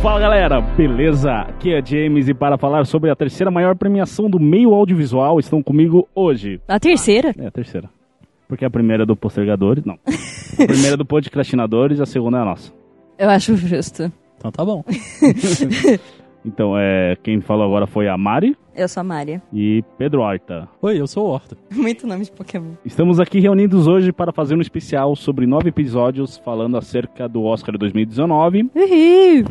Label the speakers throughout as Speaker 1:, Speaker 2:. Speaker 1: Fala galera, beleza? Aqui é James e para falar sobre a terceira maior premiação do meio audiovisual estão comigo hoje.
Speaker 2: A terceira?
Speaker 1: É, a terceira. Porque a primeira é do Postergadores, não. A primeira é do Podcastinadores e a segunda é a nossa.
Speaker 2: Eu acho justo.
Speaker 3: Então tá bom.
Speaker 1: Então, é, quem falou agora foi a Mari
Speaker 2: Eu sou a Mária.
Speaker 1: e Pedro Horta.
Speaker 3: Oi, eu sou o Horta.
Speaker 2: Muito nome de Pokémon.
Speaker 1: Estamos aqui reunidos hoje para fazer um especial sobre nove episódios falando acerca do Oscar 2019.
Speaker 2: Uhul.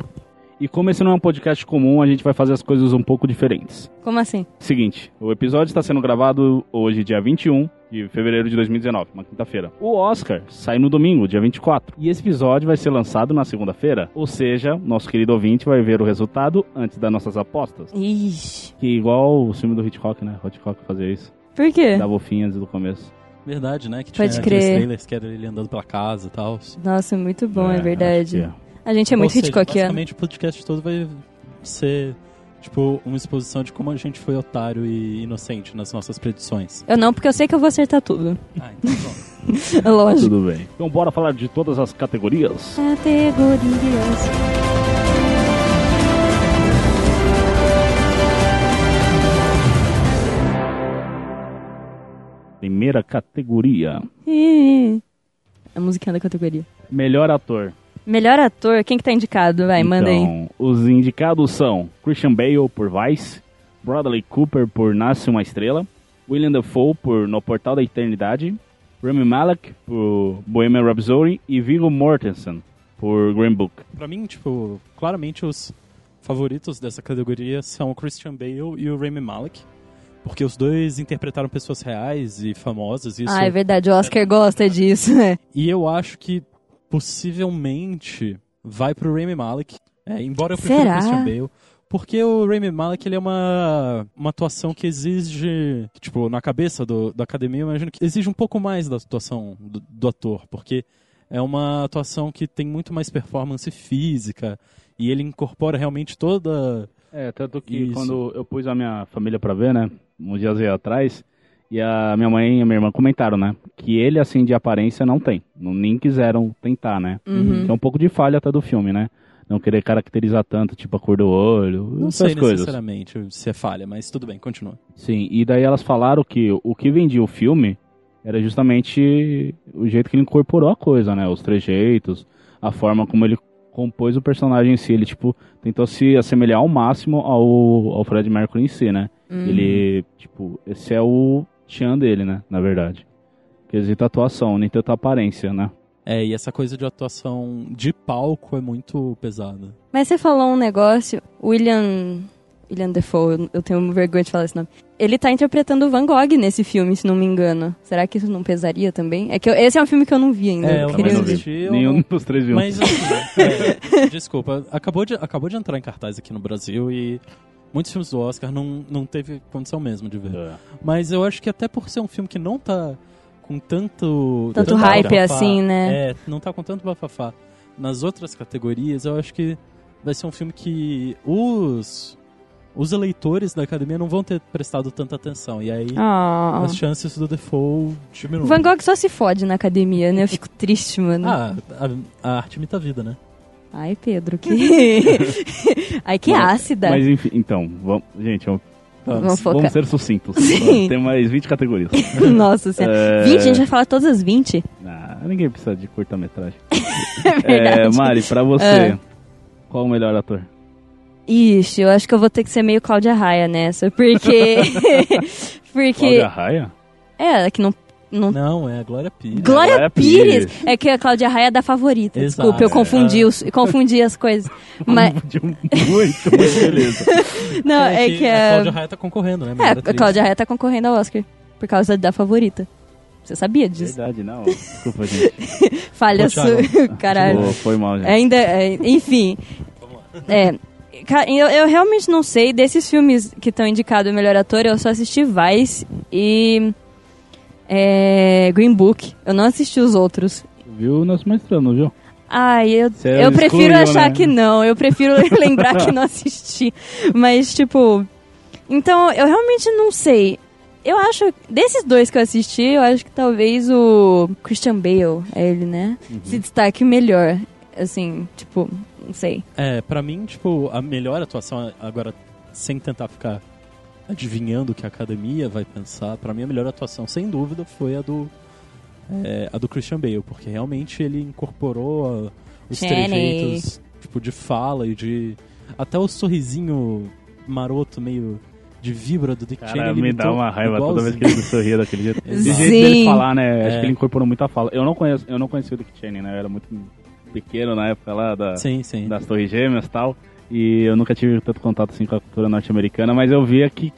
Speaker 1: E como esse não é um podcast comum, a gente vai fazer as coisas um pouco diferentes.
Speaker 2: Como assim?
Speaker 1: Seguinte, o episódio está sendo gravado hoje, dia 21 de fevereiro de 2019, uma quinta-feira. O Oscar sai no domingo, dia 24. E esse episódio vai ser lançado na segunda-feira. Ou seja, nosso querido ouvinte vai ver o resultado antes das nossas apostas.
Speaker 2: Ixi.
Speaker 1: Que igual o filme do Hitchcock, né? Hitchcock fazia isso.
Speaker 2: Por quê?
Speaker 1: Dava o fim antes do começo.
Speaker 3: Verdade, né? Que tinha
Speaker 2: Pode
Speaker 3: aqueles
Speaker 2: crer.
Speaker 3: trailers que era ele andando pela casa e tal.
Speaker 2: Nossa, muito bom, é,
Speaker 1: acho que
Speaker 2: verdade.
Speaker 1: é.
Speaker 2: A gente é muito
Speaker 3: Ou seja,
Speaker 2: Hitchcockiano.
Speaker 3: Basicamente o podcast todo vai ser, tipo, uma exposição de como a gente foi otário e inocente nas nossas predições.
Speaker 2: Eu não, porque eu sei que eu vou acertar tudo.
Speaker 3: Ah, então pronto.
Speaker 2: Lógico.
Speaker 1: Tudo bem. Então bora falar de todas as categorias.
Speaker 2: Categorias.
Speaker 1: Primeira categoria.
Speaker 2: Ih. A musiquinha da categoria.
Speaker 1: Melhor ator.
Speaker 2: Melhor ator, quem que tá indicado? Vai, manda aí.
Speaker 1: Então, Os indicados são Christian Bale por Vice, Bradley Cooper por Nasce uma Estrela, William Dafoe por No Portal da Eternidade, Rami Malek por Bohemian Rhapsody e Viggo Mortensen por Green Book.
Speaker 3: pra mim, tipo, claramente os favoritos dessa categoria são o Christian Bale e o Rami Malek. Porque os dois interpretaram pessoas reais e famosas. E isso
Speaker 2: Ah, é verdade, o Oscar gosta disso, né?
Speaker 3: E eu acho que possivelmente vai pro Rami Malek. É, embora eu prefira
Speaker 2: Será?
Speaker 3: o Christian Bale. Porque o Rami Malek ele é uma, uma atuação que exige, que, tipo, na cabeça do, da academia, eu imagino que exige um pouco mais da atuação do, do ator. Porque é uma atuação que tem muito mais performance física. E ele incorpora realmente toda.
Speaker 1: É, tanto que
Speaker 3: Isso.
Speaker 1: quando eu pus a minha família pra ver, né, uns dias aí atrás, e a minha mãe e a minha irmã comentaram, né, que ele, assim, de aparência não tem. Não, nem quiseram tentar, né.
Speaker 2: Uhum.
Speaker 1: Que é um pouco de falha até do filme, né. Não querer caracterizar tanto, tipo, a cor do olho,
Speaker 3: Não
Speaker 1: essas
Speaker 3: sei
Speaker 1: coisas.
Speaker 3: necessariamente se é falha, mas tudo bem, continua.
Speaker 1: Sim, e daí elas falaram que o que vendia o filme era justamente o jeito que ele incorporou a coisa, né? Os trejeitos, a forma como ele compôs o personagem em si. Ele, tipo, tentou se assemelhar ao máximo ao, ao Fred Mercury em si, né?
Speaker 2: Hum.
Speaker 1: Ele, tipo, esse é o tchan dele, né? Na verdade. Quesito atuação, nem tanta aparência, né?
Speaker 3: É, e essa coisa de atuação de palco é muito pesada.
Speaker 2: Mas você falou um negócio, William. William Defoe, eu- eu tenho vergonha de falar esse nome. Ele tá interpretando o Van Gogh nesse filme, se não me engano. Será que isso não pesaria também? É que eu- esse é um filme que eu não vi ainda.
Speaker 3: É,
Speaker 2: eu
Speaker 3: eu
Speaker 1: Também
Speaker 2: queria
Speaker 1: não
Speaker 2: ver.
Speaker 3: assisti.
Speaker 1: vi. um.
Speaker 3: assistir, eu
Speaker 1: Nenhum
Speaker 3: não-
Speaker 1: dos três viu.
Speaker 3: Mas, assim, é, desculpa, acabou de, acabou de entrar em cartaz aqui no Brasil e muitos filmes do Oscar não, não teve condição mesmo de ver.
Speaker 1: É.
Speaker 3: Mas eu acho que até por ser um filme que não tá com tanto...
Speaker 2: Tanto
Speaker 3: tanta
Speaker 2: hype
Speaker 3: bafafá,
Speaker 2: assim, né?
Speaker 3: É, não tá com tanto bafafá. Nas outras categorias, eu acho que vai ser um filme que os, os eleitores da academia não vão ter prestado tanta atenção. E aí,
Speaker 2: Ah.
Speaker 3: as chances do default diminuem.
Speaker 2: Van Gogh só se fode na academia, né? Eu fico triste, mano.
Speaker 3: Ah, a, a arte imita a vida, né?
Speaker 2: Ai, Pedro, que. Ai, que
Speaker 1: Mas-
Speaker 2: ácida.
Speaker 1: Mas enfim, então, vamos, gente, vamos,
Speaker 2: Vamos focar.
Speaker 1: vamos ser sucintos.
Speaker 2: Sim.
Speaker 1: Tem mais 20 categorias.
Speaker 2: Nossa senhora.
Speaker 1: É.
Speaker 2: 20? A gente vai falar todas as 20?
Speaker 1: Ah, ninguém precisa de curta-metragem.
Speaker 2: É verdade. Ah.
Speaker 1: É, Mari, pra você, qual o melhor ator?
Speaker 2: Ixi, eu acho que eu vou ter que ser meio Cláudia Raia nessa, porque. porque.
Speaker 1: Cláudia Raia?
Speaker 2: É, que não. não...
Speaker 3: Não, é a Glória Pires.
Speaker 2: Glória,
Speaker 1: Glória
Speaker 2: Pires.
Speaker 1: Pires.
Speaker 2: É que a Cláudia Raia é da favorita.
Speaker 3: Exato.
Speaker 2: Desculpa, eu confundi, os, confundi as coisas. Mas,
Speaker 1: De um- Muito, muito beleza.
Speaker 2: não, é, que
Speaker 3: a
Speaker 2: a.
Speaker 3: Cláudia Raia tá concorrendo, né?
Speaker 2: É,
Speaker 3: melhor
Speaker 2: a
Speaker 3: atriz.
Speaker 2: Cláudia Raia tá concorrendo ao Oscar por causa da favorita. Você sabia disso?
Speaker 1: Verdade, não. Desculpa, gente.
Speaker 2: Falha
Speaker 3: Ô, Thiago.
Speaker 2: sua. Caralho.
Speaker 1: Pô, foi mal, gente.
Speaker 2: Ainda, é, enfim. É. ca- Eu, eu realmente não sei. Desses filmes que estão indicados melhor ator, eu só assisti Vice e. é, Green Book. Eu não assisti os outros.
Speaker 1: Viu o nosso mestrando, não viu?
Speaker 2: Ai, eu,
Speaker 1: Você
Speaker 2: eu prefiro
Speaker 1: excluiu,
Speaker 2: achar
Speaker 1: né?
Speaker 2: que não. Eu prefiro lembrar que não assisti. Mas, tipo. Então, eu realmente não sei. Eu acho. Desses dois que eu assisti, eu acho que talvez o Christian Bale, é ele, né? Se destaque melhor. Assim, tipo, Não sei.
Speaker 3: É, pra mim, tipo, a melhor atuação, agora, sem tentar ficar adivinhando o que a academia vai pensar, pra mim a melhor atuação, sem dúvida, foi a do, é, a do Christian Bale, porque realmente ele incorporou a- os
Speaker 2: Jenny.
Speaker 3: trejeitos, tipo, de fala e de... Até o sorrisinho maroto, meio de vibra do Dick Cheney.
Speaker 1: Cara,
Speaker 3: ele
Speaker 1: me dá
Speaker 3: imitou
Speaker 1: uma raiva toda vez
Speaker 3: igualzinho.
Speaker 1: que ele sorria daquele jeito. Esse
Speaker 2: Sim.
Speaker 1: jeito dele falar, né? Acho
Speaker 3: É.
Speaker 1: que ele incorporou muita fala. Eu não conheço, eu não conhecia o Dick Cheney, né? Eu era muito pequeno na época lá da,
Speaker 3: Sim, sim.
Speaker 1: das Torres Gêmeas e tal. E eu nunca tive tanto contato assim com a cultura norte-americana, mas eu via que,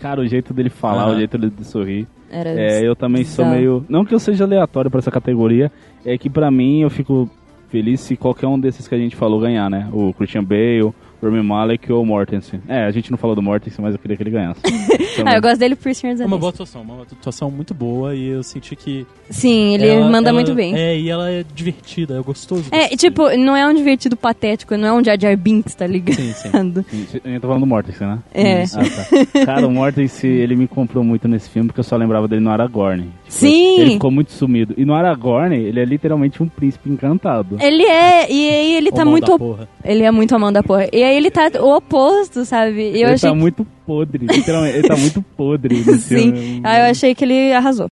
Speaker 1: cara, o jeito dele falar,
Speaker 3: Aham.
Speaker 1: o jeito dele de sorrir.
Speaker 2: Era Ah,
Speaker 1: É, eu também sou
Speaker 2: bizarro.
Speaker 1: meio. Não que eu seja aleatório pra essa categoria, é que pra mim eu fico feliz se qualquer um desses que a gente falou ganhar, né? O Christian Bale, o Rami Malek ou o Mortensen. É, a gente não falou do Mortensen, mas eu queria que ele ganhasse. Então,
Speaker 2: Ah, eu gosto dele por Senhor dos
Speaker 3: É uma
Speaker 2: Anéis.
Speaker 3: boa atuação, uma atuação muito boa e eu senti que...
Speaker 2: Sim, ele
Speaker 3: ela-
Speaker 2: manda
Speaker 3: ela-
Speaker 2: muito bem.
Speaker 3: É, e ela é divertida, é gostoso. de
Speaker 2: É, e
Speaker 3: assistir.
Speaker 2: tipo, não é um divertido patético, não é um Jar Jar Binks, tá ligado?
Speaker 3: Sim, sim.
Speaker 1: A gente tá falando do Mortensen, né?
Speaker 2: É.
Speaker 1: Ah, tá. Cara, o Mortensen, ele me comprou muito nesse filme porque eu só lembrava dele no Aragorn. Tipo,
Speaker 2: Sim!
Speaker 1: Ele ficou muito sumido. E no Aragorn, ele é literalmente um príncipe encantado.
Speaker 2: Ele é, e aí ele
Speaker 3: Ô,
Speaker 2: tá
Speaker 3: mão
Speaker 2: muito.
Speaker 3: da
Speaker 2: op-
Speaker 3: porra.
Speaker 2: Ele é muito a mão da porra. E aí ele tá o oposto, sabe? E eu
Speaker 1: ele
Speaker 2: achei.
Speaker 1: tá muito podre, literalmente. ele tá muito podre no
Speaker 2: Sim.
Speaker 1: filme.
Speaker 2: Aí eu achei que ele arrasou.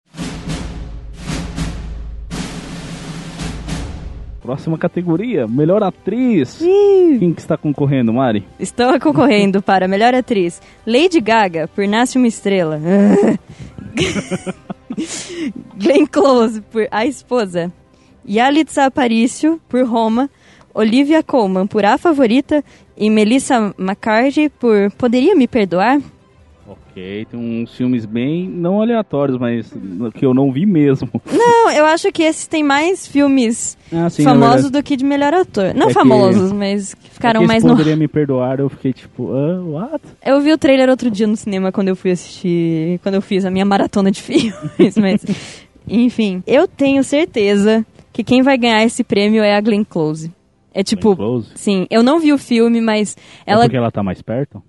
Speaker 1: Próxima categoria, melhor atriz. Quem que está concorrendo, Mari?
Speaker 2: Estão concorrendo para melhor atriz Lady Gaga por Nasce uma Estrela. Glenn Close por A Esposa. Yalitza Aparicio por Roma. Olivia Colman por A Favorita. E Melissa McCarthy por Poderia Me Perdoar?
Speaker 1: Ok, tem uns filmes bem, não aleatórios, mas que eu não vi mesmo.
Speaker 2: Não, eu acho que esses têm mais filmes
Speaker 1: Ah, sim, na
Speaker 2: famosos
Speaker 1: verdade.
Speaker 2: do que de melhor ator. Não
Speaker 1: É que-
Speaker 2: famosos, mas que ficaram
Speaker 1: É que
Speaker 2: mais
Speaker 1: esse
Speaker 2: no.
Speaker 1: poderia me perdoar, eu fiquei tipo, ah, what?
Speaker 2: Eu vi o trailer outro dia no cinema quando eu fui assistir. Quando eu fiz a minha maratona de filmes, mas. Enfim, eu tenho certeza que quem vai ganhar esse prêmio é a Glenn Close. É tipo.
Speaker 1: Close?
Speaker 2: Sim, eu não vi o filme, mas
Speaker 1: É
Speaker 2: ela.
Speaker 1: porque ela tá mais perto?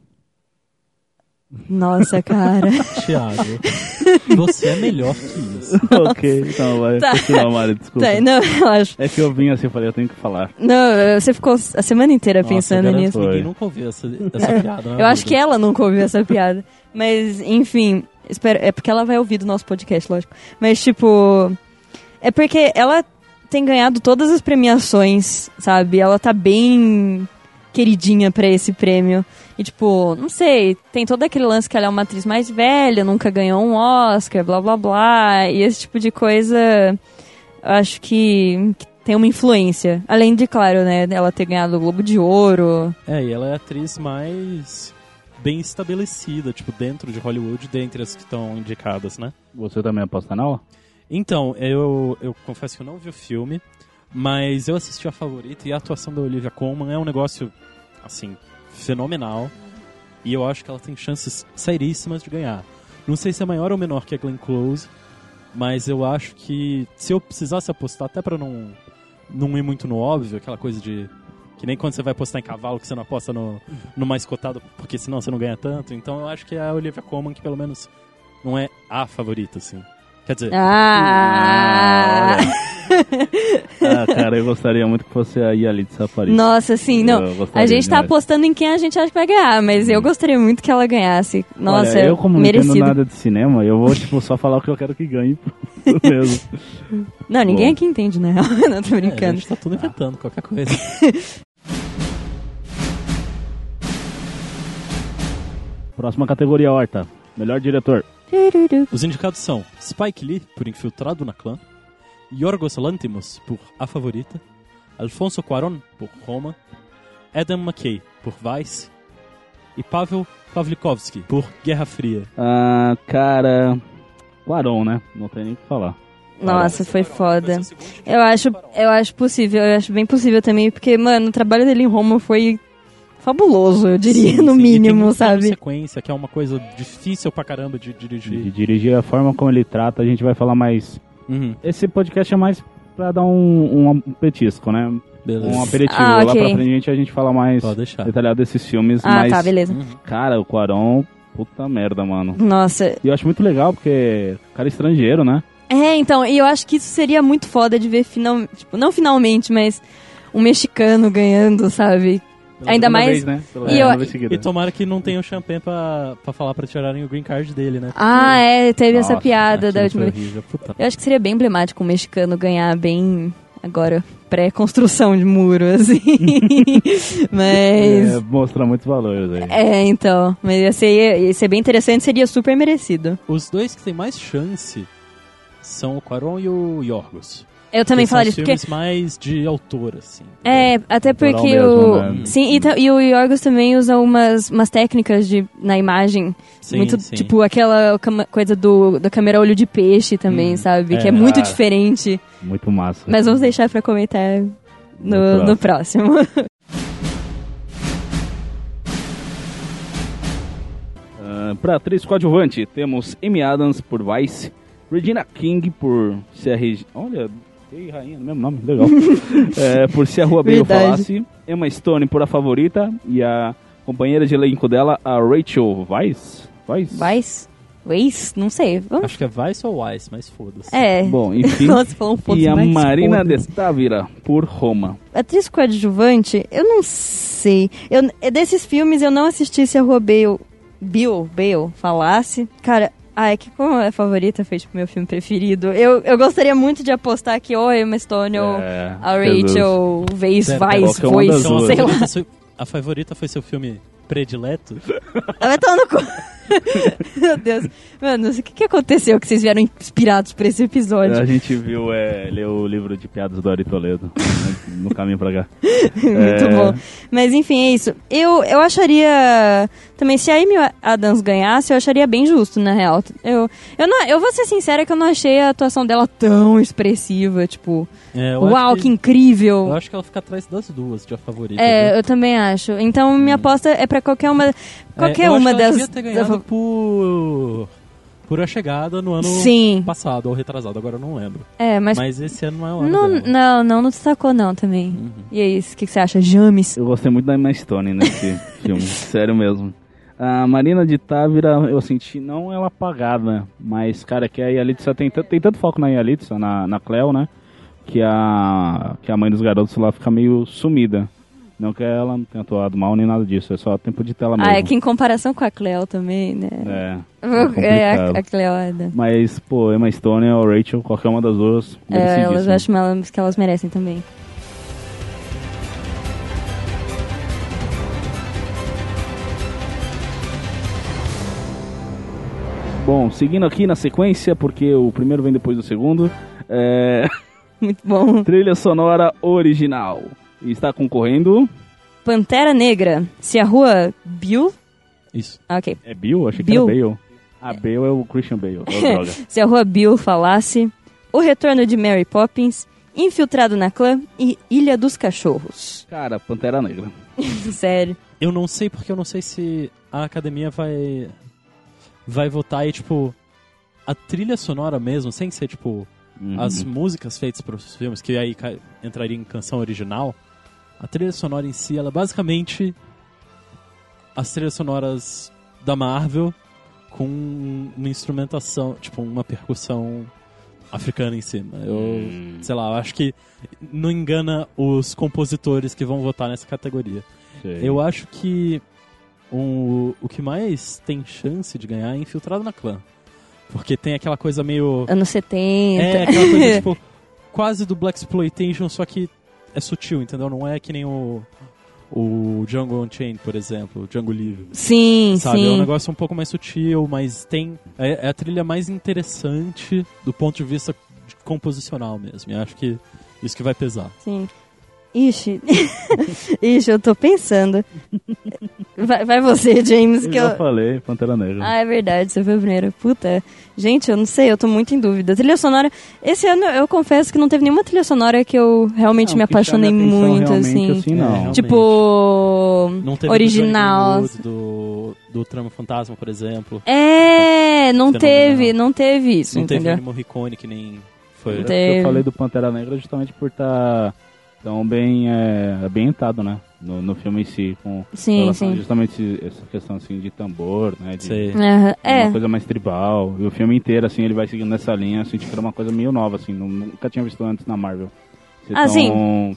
Speaker 2: Nossa, cara.
Speaker 3: Thiago, você é melhor que isso.
Speaker 1: ok, então vai,
Speaker 2: Tá.
Speaker 1: continua, Mari, desculpa.
Speaker 2: Tá, não, eu acho.
Speaker 1: É que eu vim assim, eu falei, eu tenho que falar.
Speaker 2: Não, você ficou a semana inteira
Speaker 3: Nossa,
Speaker 2: pensando
Speaker 3: eu garanto,
Speaker 2: nisso. É.
Speaker 1: Foi.
Speaker 3: Ninguém nunca ouviu essa, essa piada. né,
Speaker 2: Eu acho que
Speaker 3: Duda?
Speaker 2: ela nunca ouviu essa piada. Mas, enfim, espero, é porque ela vai ouvir do nosso podcast, lógico. Mas, tipo, é porque ela tem ganhado todas as premiações, sabe? Ela tá bem queridinha pra esse prêmio. E, tipo, não sei, tem todo aquele lance que ela é uma atriz mais velha, nunca ganhou um Oscar, blá blá blá. E esse tipo de coisa, eu acho que, que tem uma influência. Além de, claro, né, ela ter ganhado o Globo de Ouro.
Speaker 3: É, e ela é a atriz mais bem estabelecida, tipo, dentro de Hollywood, dentre as que estão indicadas, né?
Speaker 1: Você também aposta na aula?
Speaker 3: Então, eu, eu confesso que eu não vi o filme, mas eu assisti a favorita e a atuação da Olivia Colman é um negócio, assim, fenomenal. E eu acho que ela tem chances seríssimas de ganhar. Não sei se é maior ou menor que a Glenn Close, mas eu acho que se eu precisasse apostar, até pra não, não ir muito no óbvio, aquela coisa de. Que nem quando você vai apostar em cavalo, que você não aposta no, no mais cotado, porque senão você não ganha tanto. Então eu acho que é a Olivia Colman que pelo menos não é a favorita, assim. Quer dizer,
Speaker 2: Ah!
Speaker 1: Ah, cara, eu gostaria muito que fosse a Yalitza Aparicio.
Speaker 2: Nossa, sim, não.
Speaker 1: Eu gostaria
Speaker 2: A gente tá
Speaker 1: demais. Hum.
Speaker 2: apostando em quem a gente acha que vai ganhar, mas eu gostaria muito que ela ganhasse. Nossa,
Speaker 1: Olha, eu como não
Speaker 2: merecido.
Speaker 1: entendo nada de cinema, eu vou, tipo, só falar o que eu quero que ganhe. pronto mesmo.
Speaker 2: Não, ninguém
Speaker 1: Bom.
Speaker 2: aqui entende, né? não, tô
Speaker 3: É, a
Speaker 2: brincando.
Speaker 3: gente tá tudo inventando qualquer coisa.
Speaker 1: Próxima categoria, Horta. Melhor diretor.
Speaker 2: Tururu.
Speaker 3: Os indicados são Spike Lee, por Infiltrado na Clã, Yorgos Lanthimos, por A Favorita, Alfonso Cuarón, por Roma, Adam McKay, por Vice, e Pavel Pavlikovsky, por Guerra Fria.
Speaker 1: Ah, cara... Quaron, né? Não tem nem o que falar.
Speaker 2: Nossa, foi foda.
Speaker 3: é
Speaker 2: Eu acho, eu acho possível, eu acho bem possível também, porque, mano, o trabalho dele em Roma foi fabuloso, eu diria, no mínimo, sabe?
Speaker 3: sequência, que é uma coisa difícil pra caramba de
Speaker 1: De
Speaker 3: dirigir.
Speaker 1: dirigir a forma como ele trata, a gente vai falar mais...
Speaker 3: Uhum,
Speaker 1: Esse podcast é mais pra dar um, um petisco, né?
Speaker 3: beleza.
Speaker 1: Um aperitivo.
Speaker 2: Ah,
Speaker 1: Lá
Speaker 2: ok.
Speaker 1: pra frente a gente fala mais
Speaker 3: Pode deixar.
Speaker 1: detalhado desses filmes,
Speaker 2: Ah,
Speaker 1: mas...
Speaker 2: tá, beleza.
Speaker 3: Uhum.
Speaker 1: Cara, o Quaron... Puta merda, mano.
Speaker 2: Nossa.
Speaker 1: E eu acho muito legal, porque o cara é estrangeiro, né?
Speaker 2: É, então, e eu acho que isso seria muito foda de ver final, tipo, não finalmente, mas um mexicano ganhando, sabe?
Speaker 1: Pela
Speaker 2: Ainda
Speaker 1: segunda
Speaker 2: mais-
Speaker 1: Vez, né? Pela
Speaker 2: e
Speaker 1: segunda
Speaker 2: eu-
Speaker 1: vez seguida.
Speaker 3: E tomara que não tenha o champanhe pra, pra falar pra tirarem o green card dele, né?
Speaker 2: Ah, é, teve essa
Speaker 1: Nossa,
Speaker 2: piada da
Speaker 3: Aquilo
Speaker 2: última
Speaker 3: foi
Speaker 2: vez.
Speaker 3: horrível, puta.
Speaker 2: Eu acho que seria bem emblemático um mexicano ganhar bem agora pré-construção de muro, assim. Mas.
Speaker 1: É, mostra muitos valores aí.
Speaker 2: É, então. Mas ia ser, ia ser bem interessante, seria super merecido.
Speaker 3: Os dois que têm mais chance são o Quaron e o Yorgos.
Speaker 2: Eu também
Speaker 3: que são
Speaker 2: falaria, porque.
Speaker 3: filmes mais de autor, assim.
Speaker 2: É, até
Speaker 1: Autoral
Speaker 2: porque
Speaker 1: mesmo,
Speaker 2: o.
Speaker 1: né?
Speaker 2: Sim, e, ta- e o Yorgos também usa umas, umas técnicas de, na imagem.
Speaker 3: Sim,
Speaker 2: muito,
Speaker 3: sim.
Speaker 2: tipo, aquela cama- coisa do, da câmera olho de peixe também,
Speaker 3: Hum,
Speaker 2: sabe? que
Speaker 3: é,
Speaker 2: é muito
Speaker 1: cara.
Speaker 2: diferente.
Speaker 1: Muito massa.
Speaker 2: Mas vamos deixar pra comentar no,
Speaker 1: No
Speaker 2: no próximo.
Speaker 1: Ah, pra atriz coadjuvante, temos Amy Adams por Vice, Regina King por Se a Regi... Olha, tem rainha no mesmo nome, legal. É, por Se a Rua Bem
Speaker 2: Verdade.
Speaker 1: Falasse, Emma Stone por A Favorita e a companheira de elenco dela, a Rachel Weisz. Weisz?
Speaker 2: Weiss? Weiss? Não sei. Vamos.
Speaker 3: Acho que é Vice ou Weiss, mas foda-se.
Speaker 2: É.
Speaker 1: Bom, enfim.
Speaker 2: Nossa, falou um pouco
Speaker 1: e a
Speaker 2: mais
Speaker 1: Marina
Speaker 2: foda.
Speaker 1: de Távira por Roma.
Speaker 2: Atriz coadjuvante, eu não sei. Eu, é desses filmes eu não assisti se a Rua Bale, Bill, Bale falasse. Cara, ai, que como a favorita fez pro meu filme preferido. Eu, eu gostaria muito de apostar que ou a Emma Stone ou
Speaker 1: É,
Speaker 2: a
Speaker 1: Jesus.
Speaker 2: Rachel Weisz,
Speaker 3: Pera,
Speaker 1: qualquer
Speaker 2: Weiss,
Speaker 1: é uma das
Speaker 2: Weiss,
Speaker 1: duas.
Speaker 2: sei lá.
Speaker 3: favorita foi- Então, assim, a favorita foi seu filme predileto?
Speaker 2: Ela vai tomar no cu. Meu Deus. Mano, o que, que aconteceu que vocês vieram inspirados pra esse episódio?
Speaker 1: A gente viu, é, leu o livro de piadas do Ari Toledo né, no caminho pra cá. É.
Speaker 2: Muito bom. Mas enfim, é isso. Eu, eu acharia. Também, se a Amy Adams ganhasse, eu acharia bem justo, na real. Eu, eu, não, eu vou ser sincera que eu não achei a atuação dela tão expressiva. Tipo,
Speaker 3: É, eu
Speaker 2: uau,
Speaker 3: acho
Speaker 2: que,
Speaker 3: que, Eu
Speaker 2: incrível.
Speaker 3: acho que ela fica atrás das duas de a favorita. viu?
Speaker 2: É, eu também acho. Então, minha aposta é pra qualquer uma. Qualquer
Speaker 3: Hum. É, eu acho
Speaker 2: uma
Speaker 3: que ela
Speaker 2: das.
Speaker 3: devia ter ganhado
Speaker 2: da-
Speaker 3: por... por a chegada no ano
Speaker 2: Sim.
Speaker 3: passado ou retrasado, agora eu não lembro.
Speaker 2: É, mas.
Speaker 3: Mas, esse ano não é o ano
Speaker 2: não,
Speaker 3: dela.
Speaker 2: não, não, não destacou, não, também.
Speaker 3: Uhum.
Speaker 2: E é isso, o que, que você acha? James?
Speaker 1: Eu gostei muito da Emma Stone nesse filme, sério mesmo. A Marina de Távira, eu senti não ela apagada, mas, cara, que a Yalitza tem, tan- tem tanto foco na Yalitza, na, na Cleo, né? Que a, que a mãe dos garotos lá fica meio sumida. Não que ela não tenha atuado mal nem nada disso, é só tempo de tela mesmo.
Speaker 2: Ah, é que em comparação com a Cleo também, né?
Speaker 1: É.
Speaker 2: É, a,
Speaker 1: complicado.
Speaker 2: a Cleo é da-
Speaker 1: Mas, pô, Emma Stone ou Rachel, qualquer uma das duas, né?
Speaker 2: É, elas, eu
Speaker 1: merecidíssimo.
Speaker 2: acho mal- que elas merecem também.
Speaker 1: Bom, seguindo aqui na sequência, porque o primeiro vem depois do segundo, é...
Speaker 2: Muito bom.
Speaker 1: trilha sonora original. E está concorrendo...
Speaker 2: Pantera Negra. Se a rua Bill.
Speaker 3: Isso.
Speaker 2: Ah, ok.
Speaker 1: É Bill? Achei que
Speaker 2: Bill.
Speaker 1: era Bale. Ah, Bale é o Christian Bale. Ô, droga.
Speaker 2: Se a rua Bill falasse. O retorno de Mary Poppins. Infiltrado na clã e Ilha dos Cachorros.
Speaker 1: Cara, Pantera Negra.
Speaker 2: Sério.
Speaker 3: Eu não sei porque eu não sei se a academia vai vai votar e tipo a trilha sonora mesmo, sem ser tipo
Speaker 1: Uhum.
Speaker 3: as músicas feitas para os filmes que aí ca- entraria em canção original. A trilha sonora em si, ela é basicamente as trilhas sonoras da Marvel com uma instrumentação, tipo uma percussão africana em cima. Eu sei lá, eu acho que não engana os compositores que vão votar nessa categoria. Eu acho que o, o que mais tem chance de ganhar é infiltrado na clã. Porque tem aquela coisa meio.
Speaker 2: Anos 70.
Speaker 3: É, aquela coisa tipo. Quase do Black Exploitation, só que é sutil, entendeu? Não é que nem o. O Django Unchained, por exemplo, o Django Livre.
Speaker 2: Sim,
Speaker 3: Sabe? É um
Speaker 2: sim.
Speaker 3: negócio um pouco mais sutil, mas tem. É, é a trilha mais interessante do ponto de vista de- composicional mesmo. E acho que isso que vai pesar.
Speaker 2: Sim. Ixi. Ixi, eu tô pensando. Vai, vai você, James,
Speaker 1: Eu
Speaker 2: que
Speaker 1: já
Speaker 2: eu.
Speaker 1: falei, Pantera Negra.
Speaker 2: Ah, é verdade, você foi o primeiro. Puta. Gente, eu não sei, eu tô muito em dúvida. Trilha sonora. Esse ano eu confesso que não teve nenhuma trilha sonora que eu realmente
Speaker 1: Não,
Speaker 2: me
Speaker 1: que chame
Speaker 2: apaixonei
Speaker 1: a tá atenção
Speaker 2: muito,
Speaker 1: realmente,
Speaker 2: assim.
Speaker 1: assim, não.
Speaker 3: É,
Speaker 2: Tipo.
Speaker 3: Não teve
Speaker 2: Original.
Speaker 3: do, Johnny Greenwood, do, do Trama Fantasma, por exemplo.
Speaker 2: É, não
Speaker 3: Fenômeno,
Speaker 2: teve, não teve isso,
Speaker 3: não teve
Speaker 2: entendeu?
Speaker 3: Ennio Morricone que nem foi.
Speaker 1: Eu
Speaker 2: teve.
Speaker 1: falei do Pantera Negra justamente por estar tão bem é, ambientado, né? No, no filme em si, com
Speaker 2: Sim,
Speaker 1: relação a
Speaker 2: sim.
Speaker 1: justamente esse- essa questão assim de tambor, né? De
Speaker 3: Sei.
Speaker 1: uma
Speaker 2: Aham, É,
Speaker 1: coisa mais tribal. E o filme inteiro, assim, ele vai seguindo nessa linha, assim, tipo, era uma coisa meio nova, assim, nu- nunca tinha visto antes na Marvel. Ser
Speaker 2: Ah,
Speaker 1: tão,
Speaker 2: sim.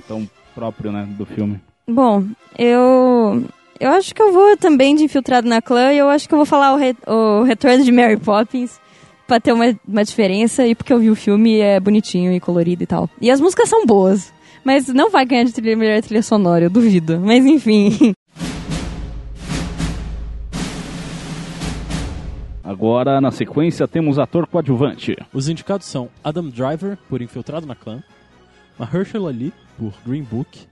Speaker 1: tão próprio, né, do filme.
Speaker 2: Bom, eu. Eu acho que eu vou também de Infiltrado na Clã e eu acho que eu vou falar o, re- o Retorno de Mary Poppins pra ter uma, uma diferença e porque eu vi o filme e é bonitinho e colorido e tal. E as músicas são boas, mas não vai ganhar de trilha, melhor trilha sonora, eu duvido. Mas enfim.
Speaker 1: Agora, na sequência, temos ator coadjuvante.
Speaker 3: Os indicados são Adam Driver, por Infiltrado na Clã, Mahershala Ali, por Green Book,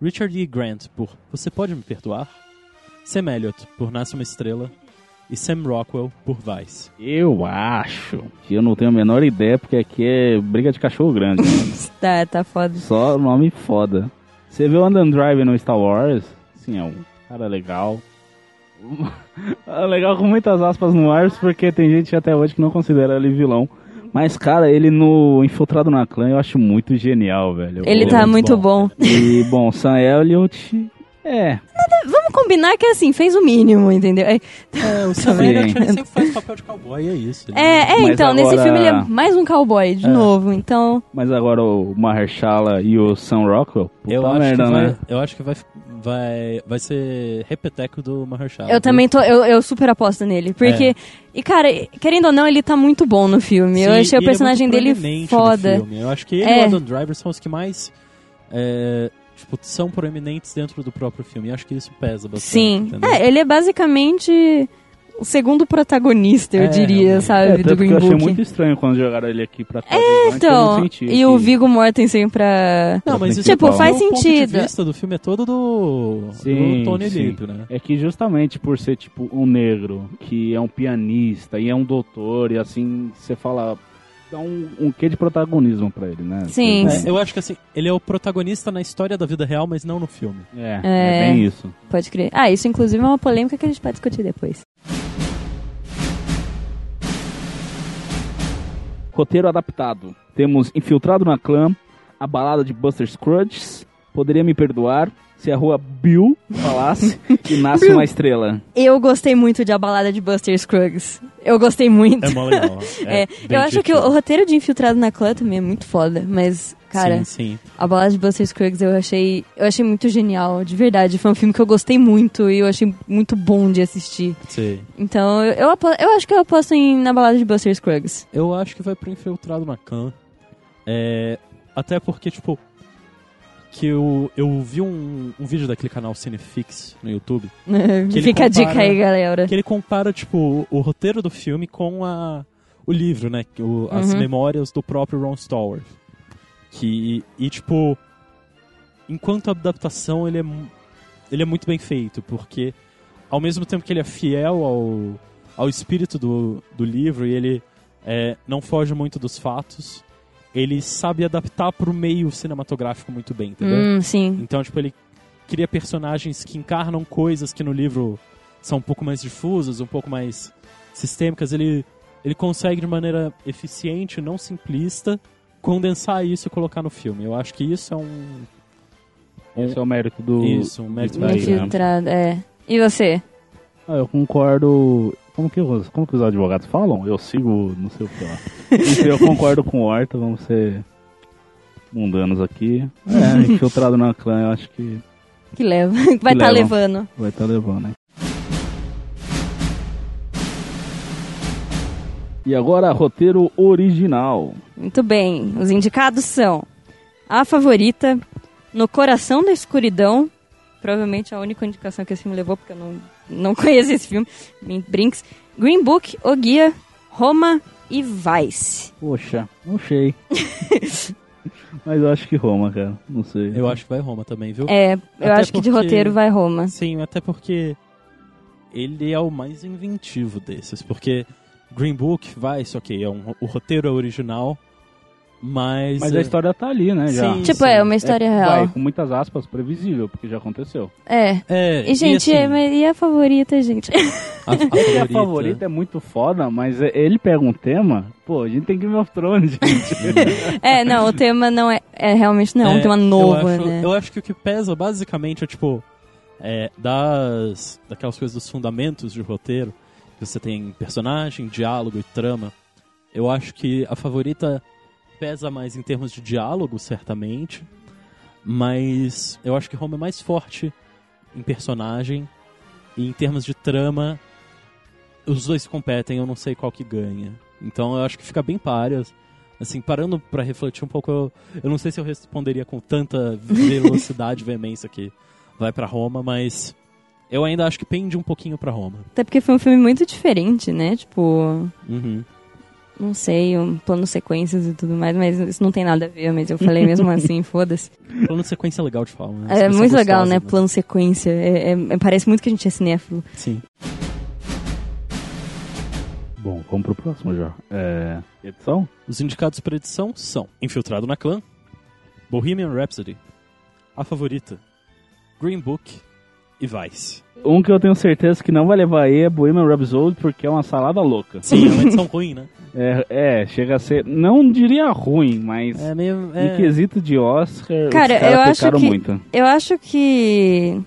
Speaker 3: Richard E. Grant, por Você Pode Me Perdoar, Sam Elliott, por Nasce Uma Estrela, e Sam Rockwell, por Vice.
Speaker 1: Eu acho que eu não tenho a menor ideia, porque aqui é briga de cachorro grande. né?
Speaker 2: tá, tá foda.
Speaker 1: Só nome foda. Você vê o Adam Driver no Star Wars? Sim, é um cara legal. É legal com muitas aspas no ar, porque tem gente até hoje que não considera ele vilão. Mas, cara, ele no Infiltrado na Clã eu acho muito genial, velho.
Speaker 2: Ele
Speaker 1: Eu-
Speaker 2: tá muito bom.
Speaker 1: E, bom, Sam Elliott... É,
Speaker 2: Vamos combinar que assim, fez o mínimo, entendeu? É,
Speaker 3: É, o Sam
Speaker 1: Sim.
Speaker 3: Elliott ele sempre faz papel de cowboy, é isso. Ele-
Speaker 2: é, é,
Speaker 1: Mas
Speaker 2: então, nesse
Speaker 1: agora-
Speaker 2: filme ele é mais um cowboy de novo, então.
Speaker 1: mas agora o Mahershala e o Sam Rockwell... Puta
Speaker 3: Eu acho,
Speaker 1: merda,
Speaker 3: que vai,
Speaker 1: né?
Speaker 3: eu acho que vai, vai, vai ser repeteco do Mahershala.
Speaker 2: Eu também tô. Eu, eu super aposto nele.
Speaker 3: É.
Speaker 2: Porque. E, cara, querendo ou não, ele tá muito bom no filme. eu
Speaker 3: Sim,
Speaker 2: achei
Speaker 3: e
Speaker 2: o personagem
Speaker 3: ele é muito
Speaker 2: dele
Speaker 3: proeminente
Speaker 2: foda.
Speaker 3: no filme. Eu acho que ele
Speaker 2: É.
Speaker 3: e o Adam Driver são os que mais é, tipo, são proeminentes dentro do próprio filme. E acho que isso pesa bastante.
Speaker 2: Sim.
Speaker 3: assim, entendeu?
Speaker 2: É, ele é basicamente o segundo protagonista, eu
Speaker 3: É,
Speaker 2: diria,
Speaker 3: realmente.
Speaker 1: É,
Speaker 2: sabe,
Speaker 1: tanto
Speaker 2: do
Speaker 1: que
Speaker 2: Green
Speaker 1: eu achei
Speaker 2: Book. É,
Speaker 1: muito estranho quando jogaram ele aqui pra coadjuvante, eu não
Speaker 2: Então,
Speaker 1: senti assim.
Speaker 2: e o
Speaker 1: que-
Speaker 2: Vigo Mortensen pra.
Speaker 3: Não, mas isso
Speaker 1: Tipo,
Speaker 3: é o
Speaker 2: faz
Speaker 3: ponto de
Speaker 2: sentido.
Speaker 3: vista do filme é todo do,
Speaker 1: Sim,
Speaker 3: do Tony
Speaker 1: sim.
Speaker 3: Lip, né?
Speaker 1: É que justamente por ser, tipo, um negro, que é um pianista e é um doutor, e assim, você fala. Dá um, um quê de protagonismo pra ele, né?
Speaker 2: Sim.
Speaker 3: É, eu acho que assim, ele é o protagonista na história da vida real, mas não no filme.
Speaker 1: É,
Speaker 2: É.
Speaker 1: é bem isso.
Speaker 2: Pode crer. Ah, isso inclusive é uma polêmica que a gente pode discutir depois.
Speaker 1: Roteiro adaptado. Temos Infiltrado na Clã, A Balada de Buster Scruggs, Poderia Me Perdoar, Se a Rua Bill falasse, e Nasce Uma Estrela.
Speaker 2: Eu gostei muito de A Balada de Buster Scruggs. Eu gostei muito.
Speaker 3: É mó legal.
Speaker 2: É, eu acho que o, o roteiro de Infiltrado na Clã também é muito foda, mas, cara,
Speaker 3: Sim, sim.
Speaker 2: A Balada de Buster Scruggs eu achei, eu achei muito genial, de verdade. Foi um filme que eu gostei muito e eu achei muito bom de assistir.
Speaker 3: sim.
Speaker 2: Então, eu, eu, apo- eu acho que eu aposto em, na Balada de Buster Scruggs.
Speaker 3: Eu acho que vai pro Infiltrado na Khan. É, até porque, tipo, que eu, eu vi um, um vídeo daquele canal Cinefix no YouTube, ele
Speaker 2: Fica a dica
Speaker 3: compara-
Speaker 2: aí, galera.
Speaker 3: que ele compara, tipo, o roteiro do filme com a, o livro, né? que o- as
Speaker 2: Uhum.
Speaker 3: memórias do próprio Ron Stallworth. Que, e, tipo, enquanto adaptação, ele é, mu- ele é muito bem feito, porque ao mesmo tempo que ele é fiel ao, ao espírito do, do livro e ele é, não foge muito dos fatos, ele sabe adaptar pro meio cinematográfico muito bem, entendeu?
Speaker 2: Hum, sim.
Speaker 3: Então, tipo, ele cria personagens que encarnam coisas que no livro são um pouco mais difusas, um pouco mais sistêmicas. Ele, ele consegue, de maneira eficiente, não simplista, condensar isso e colocar no filme. Eu acho que isso é um...
Speaker 1: Esse é o mérito do.
Speaker 3: Isso, um mérito
Speaker 1: Vai, né?
Speaker 2: Infiltrado, é. E você?
Speaker 1: Ah, eu concordo. Como que, os- como que os advogados falam? Eu sigo, não sei o que lá. Isso, eu concordo com o Horta, vamos ser mundanos aqui. É, infiltrado na clã, eu acho que
Speaker 2: Que leva? Vai estar tá
Speaker 1: leva.
Speaker 2: levando.
Speaker 1: vai estar levando, né? E agora, roteiro original.
Speaker 2: Muito bem. Os indicados são A Favorita, No Coração da Escuridão, provavelmente a única indicação que esse filme levou, porque eu não, não conheço esse filme, Brin- Brinks, Green Book, O Guia, Roma e Vice.
Speaker 1: Poxa, não sei. Mas eu acho que Roma, cara. Não sei.
Speaker 3: Eu acho que vai Roma também, viu?
Speaker 2: É, eu
Speaker 3: Até
Speaker 2: acho que de
Speaker 3: porque-
Speaker 2: roteiro vai Roma.
Speaker 3: Sim, até porque ele é o mais inventivo desses, porque Green Book vai, isso ok, é um, o roteiro é original, mas... é,
Speaker 1: Mas a história tá ali, né? Já.
Speaker 3: Sim,
Speaker 2: Tipo, é uma história
Speaker 1: É,
Speaker 2: real.
Speaker 1: Vai, com muitas aspas, previsível, porque já aconteceu.
Speaker 2: É.
Speaker 3: É,
Speaker 2: E, gente,
Speaker 3: assim,
Speaker 2: é, mas e a favorita, gente?
Speaker 3: a, a
Speaker 1: E
Speaker 3: favorita,
Speaker 1: a favorita é muito foda, mas é- ele pega um tema, pô, a gente tem Game of Thrones, gente.
Speaker 2: é, não, o tema não é, é realmente não é um
Speaker 3: É,
Speaker 2: tema
Speaker 3: eu
Speaker 2: novo,
Speaker 3: acho,
Speaker 2: né?
Speaker 3: Eu acho que o que pesa basicamente é tipo é, das daquelas coisas dos fundamentos de roteiro, que você tem personagem, diálogo e trama. Eu acho que a favorita pesa mais em termos de diálogo, certamente, Mas eu acho que Roma é mais forte em personagem e em termos de trama. Os dois competem, eu não sei qual que ganha. Então eu acho que fica bem páreo. Assim, parando para refletir um pouco, eu, eu não sei se eu responderia com tanta velocidade e veemência que vai para Roma, mas eu ainda acho que pende um pouquinho para Roma.
Speaker 2: Até porque foi um filme muito diferente, né? Tipo,
Speaker 3: Uhum.
Speaker 2: não sei, um plano sequências e tudo mais, mas isso não tem nada a ver, mas eu falei mesmo assim, foda-se.
Speaker 3: Plano de sequência é legal de falar. né?
Speaker 2: É
Speaker 3: Sequência
Speaker 2: muito legal,
Speaker 3: gostosa,
Speaker 2: né?
Speaker 3: né?
Speaker 2: Plano sequência. É- é- é- parece muito que a gente é cinéfilo.
Speaker 3: Sim.
Speaker 1: Bom, vamos pro próximo já. É. Edição?
Speaker 3: Os indicados para edição são Infiltrado na Clã, Bohemian Rhapsody, A Favorita, Green Book e Vice.
Speaker 1: Um que eu tenho certeza que não vai levar aí é Bohemian Rhapsody, porque é uma salada louca.
Speaker 3: Sim, é uma edição ruim, né?
Speaker 1: É, é, chega a ser. Não diria ruim, mas.
Speaker 3: meio...
Speaker 1: Em quesito de Oscar,
Speaker 2: É, Cara,
Speaker 1: os caras
Speaker 2: eu acho
Speaker 1: pecaram
Speaker 2: que-
Speaker 1: muito.
Speaker 2: Eu acho que.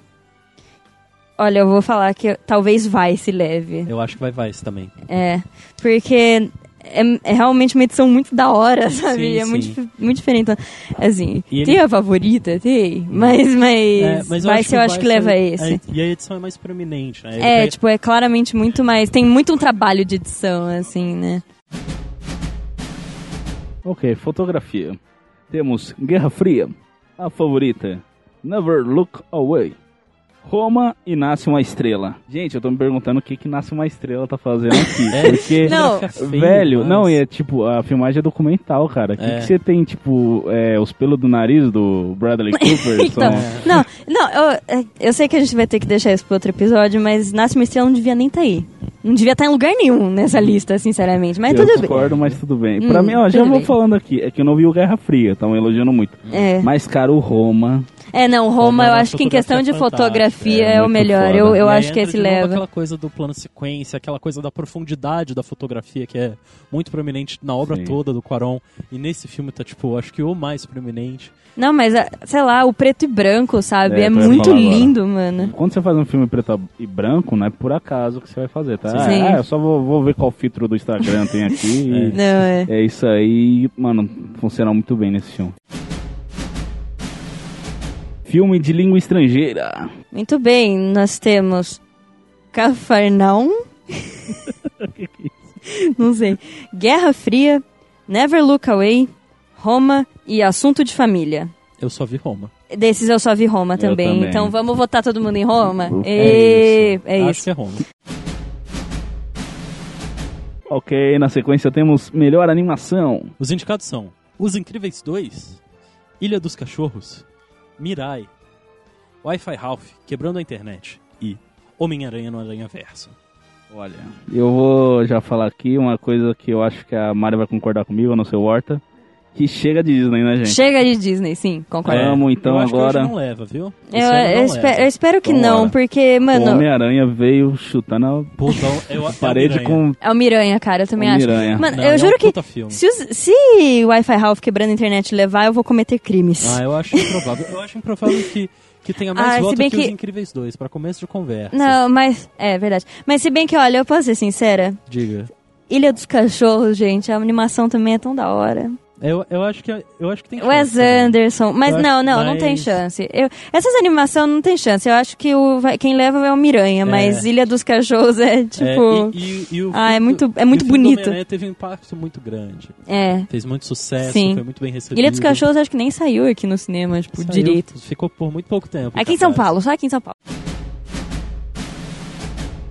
Speaker 2: Olha, eu vou falar que talvez vai se leve.
Speaker 3: Eu acho que vai Vice também.
Speaker 2: É. Porque é, é realmente uma edição muito da hora, sabe?
Speaker 3: Sim,
Speaker 2: é muito,
Speaker 3: sim.
Speaker 2: dif- muito diferente. Então, Assim,
Speaker 3: E ele- Hum.
Speaker 2: tem a favorita, tem. Mas, mas.
Speaker 3: É, mas eu
Speaker 2: vai
Speaker 3: acho
Speaker 2: ser, eu acho que
Speaker 3: Vice
Speaker 2: leva
Speaker 3: é-
Speaker 2: esse.
Speaker 3: é- e a edição é mais prominente, né?
Speaker 2: É,
Speaker 3: Ele pega-
Speaker 2: tipo, é claramente muito mais. Tem muito um trabalho de edição, assim, né?
Speaker 1: Ok, fotografia. Temos Guerra Fria, a favorita, Never Look Away, Roma e Nasce uma Estrela. Gente, eu tô me perguntando o que que Nasce uma Estrela tá fazendo aqui,
Speaker 3: É.
Speaker 1: porque...
Speaker 2: tipo, Não.
Speaker 3: Fotografia feia
Speaker 1: Velho,
Speaker 3: demais.
Speaker 1: não, e é tipo, a filmagem é documental, cara. O que
Speaker 3: É.
Speaker 1: que você tem, tipo, é, os pelos do nariz do Bradley Cooper?
Speaker 2: Então,
Speaker 1: são-
Speaker 2: não, não, eu, é, eu sei que a gente vai ter que deixar isso pro outro episódio, mas Nasce uma Estrela não devia nem tá aí. Não devia estar em lugar nenhum nessa lista, sinceramente. Mas
Speaker 1: eu
Speaker 2: tudo bem.
Speaker 1: discordo, mas tudo bem.
Speaker 2: Hum,
Speaker 1: pra mim, ó, já
Speaker 2: tudo
Speaker 1: vou
Speaker 2: bem.
Speaker 1: falando aqui, é que eu não vi o Guerra Fria, estão elogiando muito.
Speaker 2: É.
Speaker 1: Mas, cara, o Roma...
Speaker 2: É, não,
Speaker 3: Roma
Speaker 2: Roma,
Speaker 3: é
Speaker 2: eu
Speaker 3: uma
Speaker 2: acho que em questão de
Speaker 3: fotografia
Speaker 2: fotografia
Speaker 1: fantástica,
Speaker 2: é,
Speaker 1: é
Speaker 2: o
Speaker 1: muito
Speaker 2: melhor.
Speaker 1: foda.
Speaker 2: Eu, eu
Speaker 3: E aí
Speaker 2: acho que
Speaker 3: entra
Speaker 2: esse
Speaker 3: de novo
Speaker 2: leva.
Speaker 3: aquela coisa do plano sequência, aquela coisa da profundidade da fotografia que é muito prominente na obra
Speaker 1: Sim.
Speaker 3: toda do Quaron. E nesse filme tá, tipo, acho que o mais prominente.
Speaker 2: Não, mas, ah, sei lá, o preto e branco,
Speaker 1: É,
Speaker 2: sabe? É,
Speaker 1: eu ia
Speaker 2: muito
Speaker 1: falar agora.
Speaker 2: lindo, mano.
Speaker 1: Quando você faz um filme preto e branco, não é por acaso que você vai fazer, tá? Ah,
Speaker 2: Sim.
Speaker 1: Ah, eu só vou, vou ver qual filtro do Instagram tem aqui. e
Speaker 2: Não, é.
Speaker 1: é. isso aí, mano, funciona muito bem nesse filme. Filme de língua estrangeira.
Speaker 2: Muito bem, nós temos Cafarnaum. Não sei. Guerra Fria, Never Look Away, Roma e Assunto de Família.
Speaker 3: Eu só vi Roma.
Speaker 2: Desses eu só vi Roma
Speaker 1: Eu
Speaker 2: também,
Speaker 1: também.
Speaker 2: então vamos votar todo mundo em Roma?
Speaker 1: É
Speaker 2: Ê,
Speaker 3: isso.
Speaker 2: É
Speaker 3: Acho
Speaker 2: isso.
Speaker 3: que é Roma.
Speaker 1: Ok, na sequência temos melhor animação.
Speaker 3: Os indicados são Os Incríveis 2, Ilha dos Cachorros, Mirai, Wi-Fi Ralph, Quebrando a Internet e Homem-Aranha no Aranha Verso.
Speaker 1: Olha, eu vou já falar aqui uma coisa que eu acho que a Mari vai concordar comigo, eu não sei o Horta. Que chega de Disney,
Speaker 3: é
Speaker 1: né, gente?
Speaker 2: Chega de Disney, sim, concordo.
Speaker 1: Vamos, então,
Speaker 3: eu acho que
Speaker 1: agora-
Speaker 3: hoje não leva, viu?
Speaker 2: Eu,
Speaker 3: Esse ano
Speaker 2: eu
Speaker 3: É, não
Speaker 2: espero, eu
Speaker 3: leva.
Speaker 2: espero que
Speaker 1: Vamos
Speaker 2: não,
Speaker 1: lá.
Speaker 2: porque,
Speaker 1: O
Speaker 2: mano,
Speaker 1: Homem-Aranha veio chutando a
Speaker 3: Pô, então, eu- é o
Speaker 1: parede com
Speaker 3: Miranha.
Speaker 2: é o Miranha, cara, eu também
Speaker 1: o
Speaker 2: acho.
Speaker 1: Miranha.
Speaker 2: Mano,
Speaker 3: Não,
Speaker 2: eu
Speaker 3: é
Speaker 2: juro
Speaker 3: um
Speaker 2: que
Speaker 3: puta filme.
Speaker 2: se, os- se Wi-Fi Ralph quebrando a internet levar, eu vou cometer crimes.
Speaker 3: Ah, eu acho improvável. eu acho improvável que, que tenha mais
Speaker 2: Ah, se
Speaker 3: voto
Speaker 2: bem
Speaker 3: que, Os
Speaker 2: que-
Speaker 3: Incríveis 2, pra começo de conversa.
Speaker 2: Não, mas. É verdade. Mas se bem que, olha, eu posso ser sincera.
Speaker 3: Diga.
Speaker 2: Ilha dos Cachorros, gente, a animação também é tão da hora.
Speaker 3: Eu, eu, acho, que, eu acho que tem
Speaker 2: Wes
Speaker 3: chance né? também.
Speaker 2: Anderson. Mas
Speaker 3: Eu acho-
Speaker 2: não, não, não
Speaker 3: mas-
Speaker 2: tem chance. Eu, essas animações não tem chance. Eu acho que o, vai- quem leva é o Miranha, mas Ilha dos Cachorros é
Speaker 3: É,
Speaker 2: tipo.
Speaker 3: e- e- e o
Speaker 2: Ah,
Speaker 3: filme
Speaker 2: é
Speaker 3: do-
Speaker 2: muito- é
Speaker 3: e
Speaker 2: muito
Speaker 3: o filme do
Speaker 2: bonito.
Speaker 3: Homem-Aranha teve um impacto muito grande.
Speaker 2: É.
Speaker 3: Fez muito sucesso,
Speaker 2: Sim. é
Speaker 3: foi muito bem recebido.
Speaker 2: Ilha dos Cachorros acho que nem saiu aqui no cinema, tipo,
Speaker 3: Saiu,
Speaker 2: direito.
Speaker 3: Ficou por muito pouco tempo.
Speaker 2: Aqui em São
Speaker 3: capaz.
Speaker 2: Paulo, só aqui em São Paulo.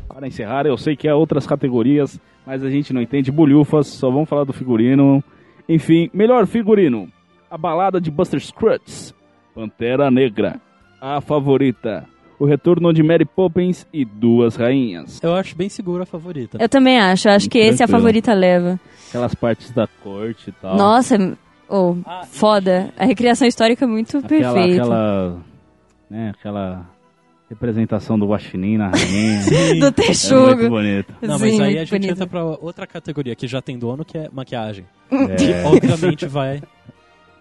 Speaker 1: Para encerrar, eu sei que há outras categorias, mas a gente não entende bolhufas, só vamos falar do figurino. Enfim, melhor figurino: a balada de Buster Scruggs, Pantera Negra, a favorita, o retorno de Mary Poppins e duas rainhas.
Speaker 3: Eu acho bem seguro a favorita.
Speaker 2: Eu também acho, eu acho que esse é a
Speaker 1: Tranquilo.
Speaker 2: favorita leva.
Speaker 1: Aquelas partes da corte e tal.
Speaker 2: Nossa, oh,
Speaker 3: Ah,
Speaker 2: foda. A recriação histórica é muito
Speaker 1: aquela,
Speaker 2: perfeita.
Speaker 1: aquela, né, aquela representação do Guaxinim na rainha.
Speaker 2: Do
Speaker 1: é muito
Speaker 2: texugo.
Speaker 1: bonito.
Speaker 3: Não, mas
Speaker 2: Sim, muito
Speaker 3: aí a gente
Speaker 2: bonito.
Speaker 3: entra pra outra categoria que já tem dono, que é maquiagem.
Speaker 1: É,
Speaker 3: Obviamente vai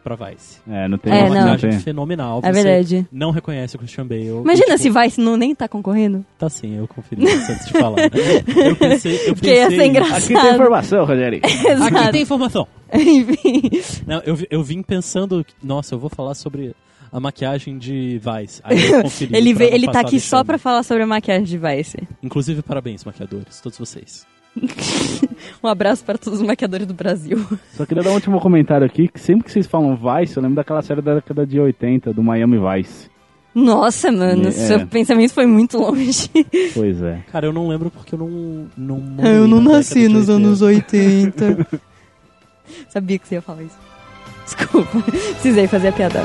Speaker 3: pra Vice.
Speaker 1: É, não tem.
Speaker 2: É,
Speaker 3: uma
Speaker 2: não.
Speaker 1: não
Speaker 3: maquiagem
Speaker 1: tem.
Speaker 3: fenomenal.
Speaker 2: É
Speaker 3: você
Speaker 2: verdade.
Speaker 3: Não reconhece o Christian Bale.
Speaker 2: Imagina
Speaker 3: e, tipo,
Speaker 2: se Vice não nem tá concorrendo.
Speaker 3: Tá sim, eu conferi isso antes de falar. tá Eu pensei... Eu
Speaker 2: Porque ia ser
Speaker 3: pensei-
Speaker 2: engraçado.
Speaker 1: Aqui tem informação, Rogério.
Speaker 3: Aqui
Speaker 2: Exato.
Speaker 3: tem informação.
Speaker 2: Enfim.
Speaker 3: Não, eu, vi- eu vim pensando... que, Nossa, eu vou falar sobre a maquiagem de Vice. Aí eu conferi
Speaker 2: Ele,
Speaker 3: pra
Speaker 2: vê,
Speaker 3: não
Speaker 2: ele tá
Speaker 3: passar
Speaker 2: aqui só
Speaker 3: vexame.
Speaker 2: pra falar sobre a maquiagem de Vice.
Speaker 3: Inclusive, parabéns, maquiadores. Todos vocês.
Speaker 2: Um abraço pra todos os maquiadores do Brasil.
Speaker 1: Só queria dar um último comentário aqui, que sempre que vocês falam Vice, eu lembro daquela série da década de 80, do Miami Vice.
Speaker 2: Nossa, mano,
Speaker 1: É.
Speaker 2: seu pensamento foi muito longe.
Speaker 1: Pois é.
Speaker 3: Cara, eu não lembro porque eu não... não
Speaker 2: É,
Speaker 3: morei
Speaker 2: Ah, Eu não
Speaker 3: na
Speaker 2: nasci
Speaker 3: década de
Speaker 2: nos
Speaker 3: 80.
Speaker 2: anos 80. Sabia que você ia falar isso. Desculpa, precisei fazer a piada.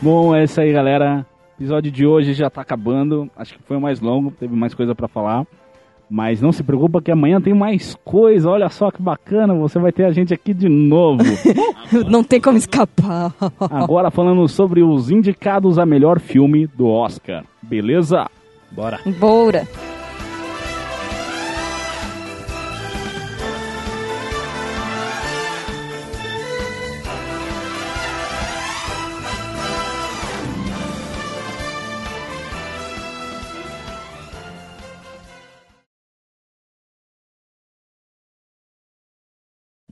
Speaker 1: Bom, é isso aí, galera. O episódio de hoje já tá acabando. Acho que foi o mais longo, teve mais coisa pra falar. Mas não se preocupa que amanhã tem mais coisa. Olha só que bacana, você vai ter a gente aqui de novo.
Speaker 2: Não tem como escapar.
Speaker 1: Agora falando sobre os indicados a melhor filme do Oscar. Beleza?
Speaker 3: Bora.
Speaker 2: Boura.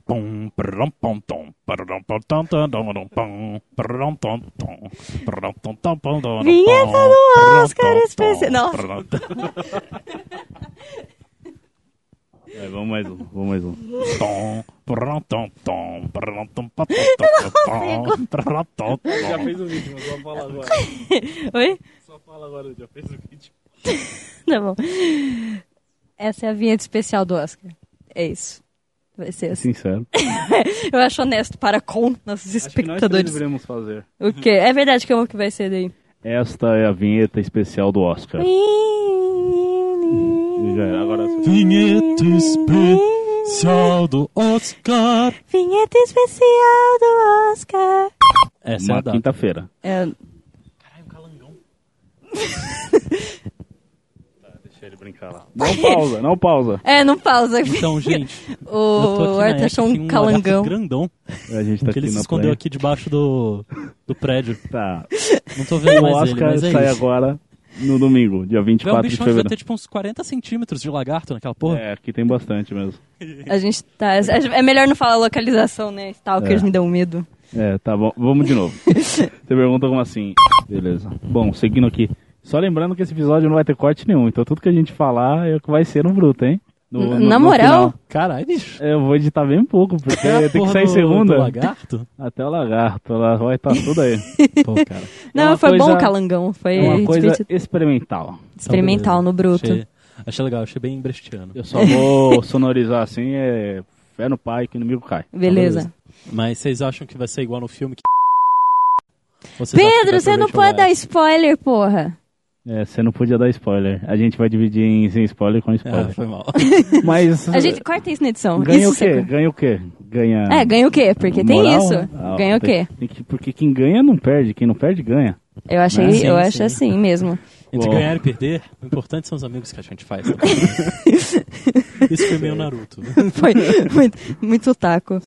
Speaker 4: Pum, prum, pum, tum, prum, pum, tum, tum, dum, dum, pum, prum, tum, tum, prum, tum, tum, pum, dum, dum,
Speaker 2: Vinheta
Speaker 4: pum,
Speaker 2: do
Speaker 4: prum,
Speaker 2: Oscar
Speaker 4: tum, tum,
Speaker 2: especial. Nossa.
Speaker 4: prum, tum,
Speaker 1: É, vamos mais um, vamos mais um.
Speaker 4: tum, prum, tum, tum, prum, tum, pum, tum, tum, prum, tum, tum.
Speaker 3: o vídeo, mas vou falar agora.
Speaker 2: Oi?
Speaker 3: Só fala agora, já fez o vídeo.
Speaker 2: Tá bom. Essa é a vinheta especial do Oscar. É isso. Vai ser assim.
Speaker 1: Sincero.
Speaker 2: Eu acho honesto para com nossos espectadores.
Speaker 1: devemos fazer.
Speaker 2: O quê? É verdade que é o que vai ser daí.
Speaker 1: Esta é a vinheta especial do Oscar. E já era. Agora
Speaker 3: Vinheta especial do Oscar.
Speaker 2: Vinheta especial do Oscar.
Speaker 3: Essa é a
Speaker 1: uma
Speaker 3: data.
Speaker 1: quinta-feira.
Speaker 2: É,
Speaker 1: Deixa ele brincar lá. Não pausa, não pausa.
Speaker 2: é, não pausa.
Speaker 3: Então, gente, eu tô
Speaker 2: o
Speaker 3: aqui na
Speaker 2: Arthur
Speaker 3: época
Speaker 2: achou
Speaker 3: que
Speaker 2: um calangão.
Speaker 3: lagarto grandão,
Speaker 1: A gente tá
Speaker 3: que
Speaker 1: aqui
Speaker 3: ele se
Speaker 1: na
Speaker 3: escondeu
Speaker 1: praia.
Speaker 3: aqui debaixo do, do prédio.
Speaker 1: Tá.
Speaker 3: Não tô vendo
Speaker 1: O
Speaker 3: mais ele,
Speaker 1: Oscar
Speaker 3: mas é
Speaker 1: sai
Speaker 3: isso.
Speaker 1: agora no domingo, dia
Speaker 3: É
Speaker 1: 24
Speaker 3: um
Speaker 1: de
Speaker 3: bichão que vai
Speaker 1: fevereiro.
Speaker 3: ter tipo uns 40 centímetros de lagarto naquela porra.
Speaker 1: É, aqui tem bastante mesmo.
Speaker 2: A gente tá. É melhor não falar localização, né? Stalkers
Speaker 1: É.
Speaker 2: me dão medo.
Speaker 1: É, tá bom. Vamos de novo. Você pergunta como assim. Beleza. Bom, seguindo aqui. Só lembrando que esse episódio não vai ter corte nenhum, então tudo que a gente falar é o que vai ser no bruto, hein? No-
Speaker 2: N-
Speaker 1: no-
Speaker 2: na
Speaker 1: no
Speaker 2: moral?
Speaker 1: final.
Speaker 3: Caralho, bicho.
Speaker 1: Eu vou editar bem pouco, porque
Speaker 3: Até a
Speaker 1: tem que
Speaker 3: porra
Speaker 1: sair
Speaker 3: do- Do
Speaker 1: segunda
Speaker 3: lagarto?
Speaker 1: até o lagarto. Lá vai estar tudo aí.
Speaker 3: Pô, cara.
Speaker 2: Não,
Speaker 1: É uma
Speaker 2: foi
Speaker 1: coisa-
Speaker 2: bom o calangão. Foi
Speaker 1: É uma coisa
Speaker 2: divertido.
Speaker 1: experimental.
Speaker 2: experimental no bruto.
Speaker 3: Achei, achei legal, achei bem brestiano.
Speaker 1: Eu só vou sonorizar assim, é fé no pai que o inimigo cai.
Speaker 2: Beleza.
Speaker 3: Mas vocês acham que vai ser igual no filme que... Vocês acham que
Speaker 2: Pedro,
Speaker 3: vai
Speaker 2: você não
Speaker 3: aproveitar
Speaker 2: pode dar spoiler, porra.
Speaker 1: É, você não podia dar spoiler. A gente vai dividir em sem spoiler com
Speaker 3: essa? Ah,
Speaker 1: spoiler.
Speaker 3: foi mal.
Speaker 1: Mas
Speaker 2: É. A gente corta isso na edição.
Speaker 1: ganha
Speaker 2: isso
Speaker 1: o quê?
Speaker 2: você-
Speaker 1: Ganha o quê? Ganha.
Speaker 2: É, ganha o quê? Porque tem
Speaker 1: moral?
Speaker 2: isso.
Speaker 3: né?
Speaker 1: Ah,
Speaker 2: ganha o
Speaker 1: tem-
Speaker 2: quê?
Speaker 1: tem que- porque quem ganha não perde, quem não perde ganha.
Speaker 2: Eu achei,
Speaker 3: Ah, sim,
Speaker 2: eu
Speaker 3: sim.
Speaker 2: acho assim mesmo.
Speaker 3: Entre
Speaker 1: Uau.
Speaker 3: ganhar e perder, o importante são os amigos que a gente faz. né? Isso foi meio é Naruto. né?
Speaker 2: Foi muito, muito taco.